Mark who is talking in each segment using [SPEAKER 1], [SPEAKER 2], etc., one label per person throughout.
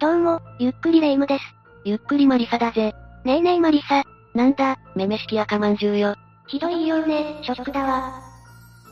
[SPEAKER 1] どうも、ゆっくりレ夢ムです。
[SPEAKER 2] ゆっくりマリサだぜ。
[SPEAKER 1] ねえねえマリサ。
[SPEAKER 2] なんだ、めめ式赤まんじゅうよ。
[SPEAKER 1] ひどいよね、ショックだわ。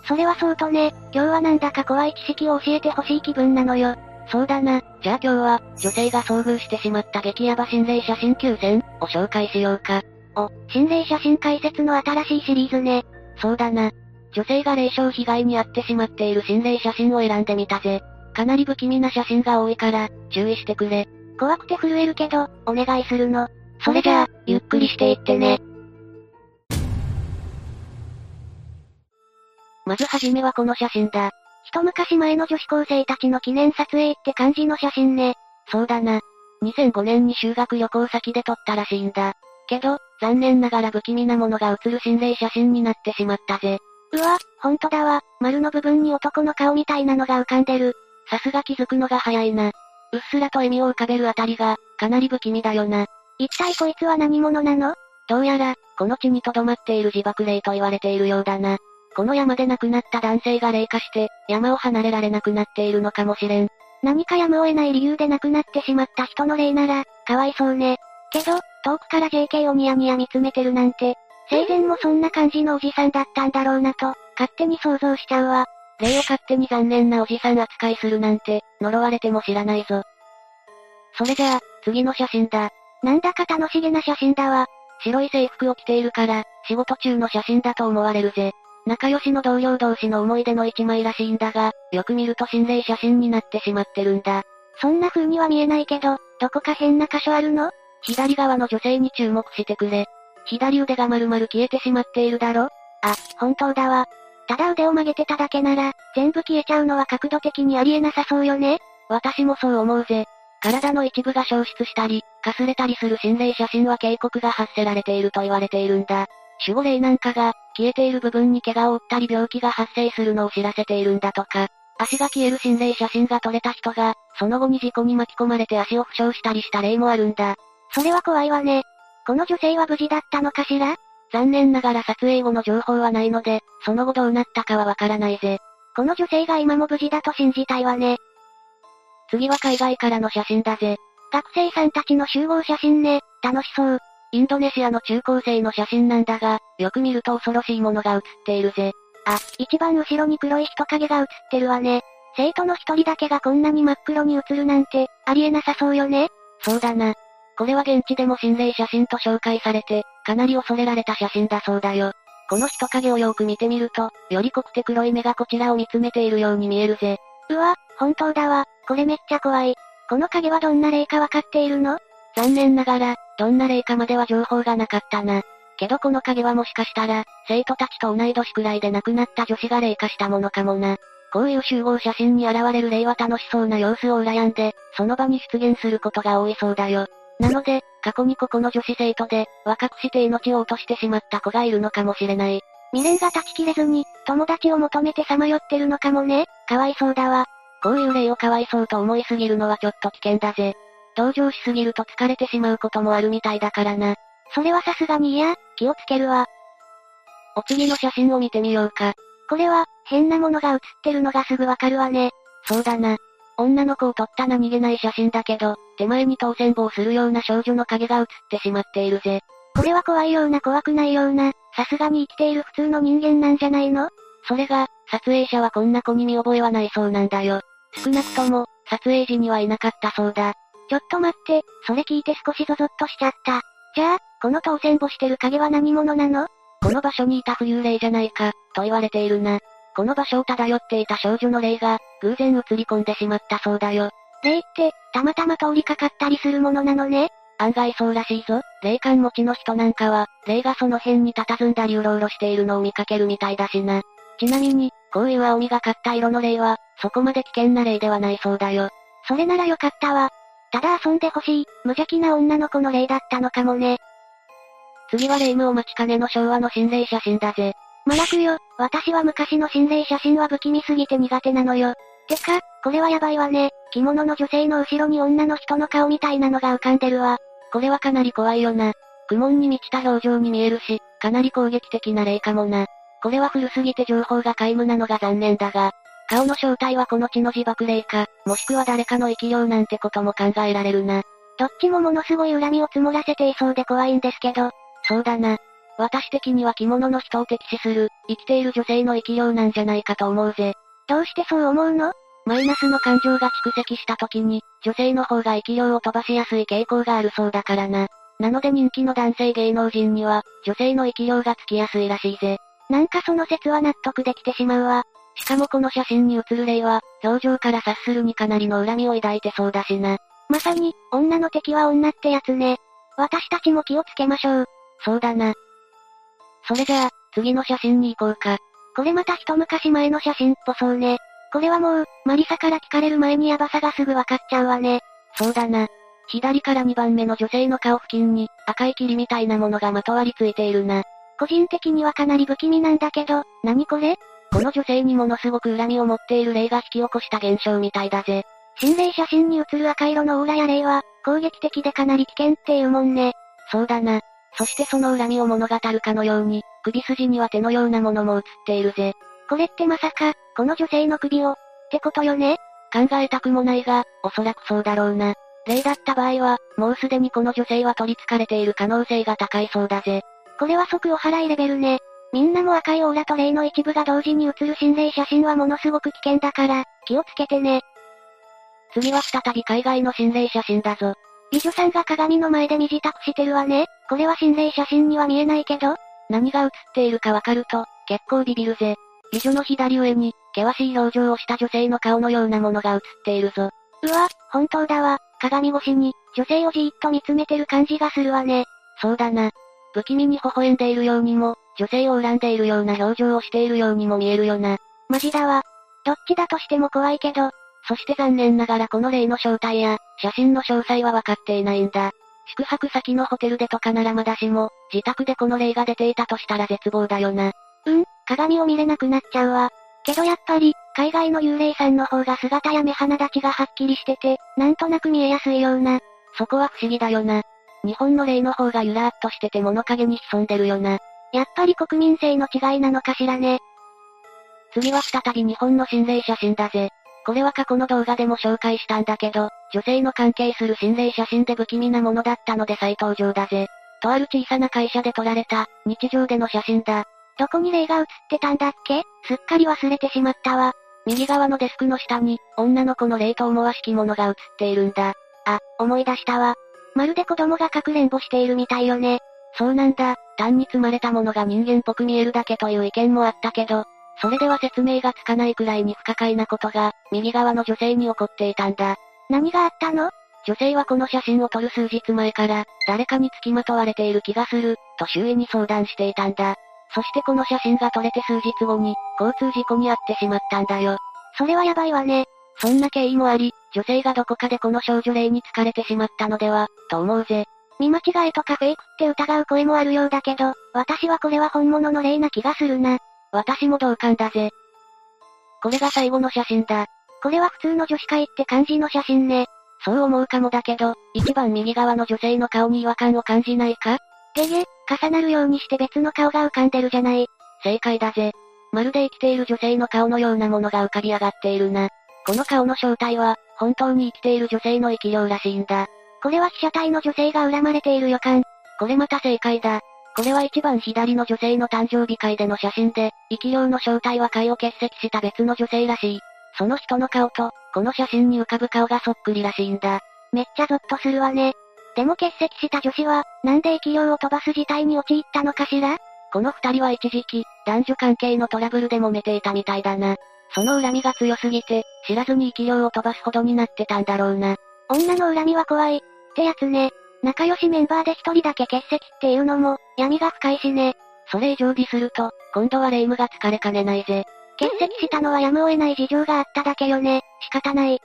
[SPEAKER 1] それはそうとね、今日はなんだか怖い知識を教えてほしい気分なのよ。
[SPEAKER 2] そうだな。じゃあ今日は、女性が遭遇してしまった激ヤバ心霊写真9選を紹介しようか。
[SPEAKER 1] お、心霊写真解説の新しいシリーズね。
[SPEAKER 2] そうだな。女性が霊障被害に遭ってしまっている心霊写真を選んでみたぜ。かなり不気味な写真が多いから、注意してくれ。
[SPEAKER 1] 怖くて震えるけど、お願いするの。
[SPEAKER 2] それじゃあ、ゆっくりしていってね。まずはじめはこの写真だ。
[SPEAKER 1] 一昔前の女子高生たちの記念撮影って感じの写真ね。
[SPEAKER 2] そうだな。2005年に修学旅行先で撮ったらしいんだ。けど、残念ながら不気味なものが写る心霊写真になってしまったぜ。
[SPEAKER 1] うわ、ほんとだわ。丸の部分に男の顔みたいなのが浮かんでる。
[SPEAKER 2] さすが気づくのが早いな。うっすらと笑みを浮かべるあたりが、かなり不気味だよな。
[SPEAKER 1] 一体こいつは何者なの
[SPEAKER 2] どうやら、この地に留まっている自爆霊と言われているようだな。この山で亡くなった男性が霊化して、山を離れられなくなっているのかもしれん。
[SPEAKER 1] 何かやむを得ない理由で亡くなってしまった人の霊なら、かわいそうね。けど、遠くから JK をニヤニヤ見つめてるなんて、生前もそんな感じのおじさんだったんだろうなと、勝手に想像しちゃうわ。
[SPEAKER 2] 霊を勝手に残念なおじさん扱いするなんて、呪われても知らないぞ。それじゃあ、次の写真だ。
[SPEAKER 1] なんだか楽しげな写真だわ。
[SPEAKER 2] 白い制服を着ているから、仕事中の写真だと思われるぜ。仲良しの同僚同士の思い出の一枚らしいんだが、よく見ると心霊写真になってしまってるんだ。
[SPEAKER 1] そんな風には見えないけど、どこか変な箇所あるの
[SPEAKER 2] 左側の女性に注目してくれ。左腕が丸々消えてしまっているだろ
[SPEAKER 1] あ、本当だわ。ただ腕を曲げてただけなら、全部消えちゃうのは角度的にありえなさそうよね
[SPEAKER 2] 私もそう思うぜ。体の一部が消失したり、かすれたりする心霊写真は警告が発せられていると言われているんだ。守護霊なんかが、消えている部分に怪我を負ったり病気が発生するのを知らせているんだとか、足が消える心霊写真が撮れた人が、その後に事故に巻き込まれて足を負傷したりした例もあるんだ。
[SPEAKER 1] それは怖いわね。この女性は無事だったのかしら
[SPEAKER 2] 残念ながら撮影後の情報はないので、その後どうなったかはわからないぜ。
[SPEAKER 1] この女性が今も無事だと信じたいわね。
[SPEAKER 2] 次は海外からの写真だぜ。
[SPEAKER 1] 学生さんたちの集合写真ね、楽しそう。
[SPEAKER 2] インドネシアの中高生の写真なんだが、よく見ると恐ろしいものが写っているぜ。
[SPEAKER 1] あ、一番後ろに黒い人影が写ってるわね。生徒の一人だけがこんなに真っ黒に写るなんて、ありえなさそうよね。
[SPEAKER 2] そうだな。これは現地でも心霊写真と紹介されて、かなり恐れられた写真だそうだよ。この人影をよく見てみると、より濃くて黒い目がこちらを見つめているように見えるぜ。
[SPEAKER 1] うわ、本当だわ。これめっちゃ怖い。この影はどんな霊かわかっているの
[SPEAKER 2] 残念ながら、どんな霊かまでは情報がなかったな。けどこの影はもしかしたら、生徒たちと同い年くらいで亡くなった女子が霊化したものかもな。こういう集合写真に現れる霊は楽しそうな様子を羨んで、その場に出現することが多いそうだよ。なので、過去にここの女子生徒で、若くして命を落としてしまった子がいるのかもしれない。
[SPEAKER 1] 未練が断ち切れずに、友達を求めてさまよってるのかもね。かわいそうだわ。
[SPEAKER 2] こういう例をかわいそうと思いすぎるのはちょっと危険だぜ。同情しすぎると疲れてしまうこともあるみたいだからな。
[SPEAKER 1] それはさすがに嫌、気をつけるわ。
[SPEAKER 2] お次の写真を見てみようか。
[SPEAKER 1] これは、変なものが写ってるのがすぐわかるわね。
[SPEAKER 2] そうだな。女の子を撮った何気ない写真だけど、手前に当選棒するような少女の影が映ってしまっているぜ。
[SPEAKER 1] これは怖いような怖くないような、さすがに生きている普通の人間なんじゃないの
[SPEAKER 2] それが、撮影者はこんな子に見覚えはないそうなんだよ。少なくとも、撮影時にはいなかったそうだ。
[SPEAKER 1] ちょっと待って、それ聞いて少しゾゾッとしちゃった。じゃあ、この当選簿してる影は何者なの
[SPEAKER 2] この場所にいた浮遊霊じゃないか、と言われているな。この場所を漂っていた少女の霊が、偶然映り込んでしまったそうだよ。
[SPEAKER 1] 霊って、たまたま通りかかったりするものなのね。
[SPEAKER 2] 案外そうらしいぞ。霊感持ちの人なんかは、霊がその辺に佇んだりうろうろしているのを見かけるみたいだしな。ちなみに、こういう青みがかった色の霊は、そこまで危険な霊ではないそうだよ。
[SPEAKER 1] それならよかったわ。ただ遊んでほしい、無邪気な女の子の霊だったのかもね。
[SPEAKER 2] 次は霊夢お待ちかねの昭和の心霊写真だぜ。
[SPEAKER 1] マラクよ、私は昔の心霊写真は不気味すぎて苦手なのよ。てか、これはやばいわね。着物の女性の後ろに女の人の顔みたいなのが浮かんでるわ。
[SPEAKER 2] これはかなり怖いよな。苦悶に満ちた表情に見えるし、かなり攻撃的な例かもな。これは古すぎて情報が皆無なのが残念だが。顔の正体はこの血の自爆霊か、もしくは誰かの生き量なんてことも考えられるな。
[SPEAKER 1] どっちもものすごい恨みを積もらせていそうで怖いんですけど、
[SPEAKER 2] そうだな。私的には着物の人を敵視する、生きている女性の生き量なんじゃないかと思うぜ。
[SPEAKER 1] どうしてそう思うの
[SPEAKER 2] マイナスの感情が蓄積した時に、女性の方が生き量を飛ばしやすい傾向があるそうだからな。なので人気の男性芸能人には、女性の生き量がつきやすいらしいぜ。
[SPEAKER 1] なんかその説は納得できてしまうわ。
[SPEAKER 2] しかもこの写真に写る例は、表情から察するにかなりの恨みを抱いてそうだしな。
[SPEAKER 1] まさに、女の敵は女ってやつね。私たちも気をつけましょう。
[SPEAKER 2] そうだな。それじゃあ、次の写真に行こうか。
[SPEAKER 1] これまた一昔前の写真っぽそうね。これはもう、マリサから聞かれる前にヤバさがすぐわかっちゃうわね。
[SPEAKER 2] そうだな。左から2番目の女性の顔付近に、赤い霧みたいなものがまとわりついているな。
[SPEAKER 1] 個人的にはかなり不気味なんだけど、何これ
[SPEAKER 2] この女性にものすごく恨みを持っている霊が引き起こした現象みたいだぜ。
[SPEAKER 1] 心霊写真に写る赤色のオーラや霊は、攻撃的でかなり危険っていうもんね。
[SPEAKER 2] そうだな。そしてその恨みを物語るかのように、首筋には手のようなものも写っているぜ。
[SPEAKER 1] これってまさか、この女性の首を、ってことよね
[SPEAKER 2] 考えたくもないが、おそらくそうだろうな。例だった場合は、もうすでにこの女性は取り憑かれている可能性が高いそうだぜ。
[SPEAKER 1] これは即お祓いレベルね。みんなも赤いオーラと霊の一部が同時に写る心霊写真はものすごく危険だから、気をつけてね。
[SPEAKER 2] 次は再び海外の心霊写真だぞ。
[SPEAKER 1] 美女さんが鏡の前で身支度してるわね。これは心霊写真には見えないけど、
[SPEAKER 2] 何が写っているかわかると、結構ビビるぜ。美女の左上に、険しい表情をした女性の顔のようなものが写っているぞ。
[SPEAKER 1] うわ、本当だわ。鏡越しに、女性をじーっと見つめてる感じがするわね。
[SPEAKER 2] そうだな。不気味に微笑んでいるようにも、女性を恨んでいるような表情をしているようにも見えるよな。
[SPEAKER 1] マジだわ。どっちだとしても怖いけど、
[SPEAKER 2] そして残念ながらこの例の正体や、写真の詳細は分かっていないんだ。宿泊先のホテルでとかならまだしも、自宅でこの例が出ていたとしたら絶望だよな。
[SPEAKER 1] うん、鏡を見れなくなっちゃうわ。けどやっぱり、海外の幽霊さんの方が姿や目鼻立ちがはっきりしてて、なんとなく見えやすいような。
[SPEAKER 2] そこは不思議だよな。日本の霊の方がゆらーっとしてて物陰に潜んでるよな。
[SPEAKER 1] やっぱり国民性の違いなのかしらね。
[SPEAKER 2] 次は再び日本の心霊写真だぜ。これは過去の動画でも紹介したんだけど、女性の関係する心霊写真で不気味なものだったので再登場だぜ。とある小さな会社で撮られた、日常での写真だ。
[SPEAKER 1] どこに霊が写ってたんだっけすっかり忘れてしまったわ。
[SPEAKER 2] 右側のデスクの下に、女の子の霊と思わしきものが映っているんだ。
[SPEAKER 1] あ、思い出したわ。まるで子供がかくれんぼしているみたいよね。
[SPEAKER 2] そうなんだ。単に積まれたものが人間っぽく見えるだけという意見もあったけど、それでは説明がつかないくらいに不可解なことが、右側の女性に起こっていたんだ。
[SPEAKER 1] 何があったの
[SPEAKER 2] 女性はこの写真を撮る数日前から、誰かに付きまとわれている気がする、と周囲に相談していたんだ。そしてこの写真が撮れて数日後に、交通事故に遭ってしまったんだよ。
[SPEAKER 1] それはやばいわね。
[SPEAKER 2] そんな経緯もあり、女性がどこかでこの少女霊に疲れてしまったのでは、と思うぜ。
[SPEAKER 1] 見間違えとかフェイクって疑う声もあるようだけど、私はこれは本物の霊な気がするな。
[SPEAKER 2] 私も同感だぜ。これが最後の写真だ。
[SPEAKER 1] これは普通の女子会って感じの写真ね。
[SPEAKER 2] そう思うかもだけど、一番右側の女性の顔に違和感を感じないか
[SPEAKER 1] げげ、重なるようにして別の顔が浮かんでるじゃない。
[SPEAKER 2] 正解だぜ。まるで生きている女性の顔のようなものが浮かび上がっているな。この顔の正体は、本当に生きている女性の生き量らしいんだ。
[SPEAKER 1] これは被写体の女性が恨まれている予感。
[SPEAKER 2] これまた正解だ。これは一番左の女性の誕生日会での写真で、生き量の正体は会を欠席した別の女性らしい。その人の顔と、この写真に浮かぶ顔がそっくりらしいんだ。
[SPEAKER 1] めっちゃゾッとするわね。でも欠席した女子は、なんで生き量を飛ばす事態に陥ったのかしら
[SPEAKER 2] この二人は一時期、男女関係のトラブルで揉めていたみたいだな。その恨みが強すぎて、知らずに生き量を飛ばすほどになってたんだろうな。
[SPEAKER 1] 女の恨みは怖い、ってやつね。仲良しメンバーで一人だけ欠席っていうのも、闇が深いしね。
[SPEAKER 2] それ以上にすると、今度は霊夢が疲れかねないぜ。
[SPEAKER 1] 欠席したのはやむを得ない事情があっただけよね。仕方ない。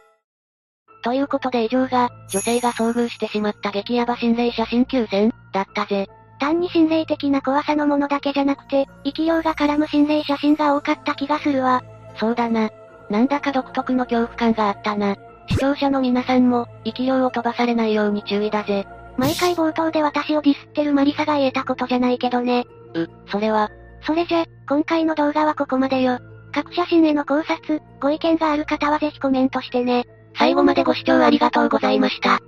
[SPEAKER 2] ということで以上が、女性が遭遇してしまった激ヤバ心霊写真9000、だったぜ。
[SPEAKER 1] 単に心霊的な怖さのものだけじゃなくて、生き量が絡む心霊写真が多かった気がするわ。
[SPEAKER 2] そうだな。なんだか独特の恐怖感があったな。視聴者の皆さんも、生き量を飛ばされないように注意だぜ。
[SPEAKER 1] 毎回冒頭で私をディスってるマリサが言えたことじゃないけどね。
[SPEAKER 2] う、それは。
[SPEAKER 1] それじゃ、今回の動画はここまでよ。
[SPEAKER 2] 各写真への考察、ご意見がある方はぜひコメントしてね。
[SPEAKER 3] 最後までご視聴ありがとうございました。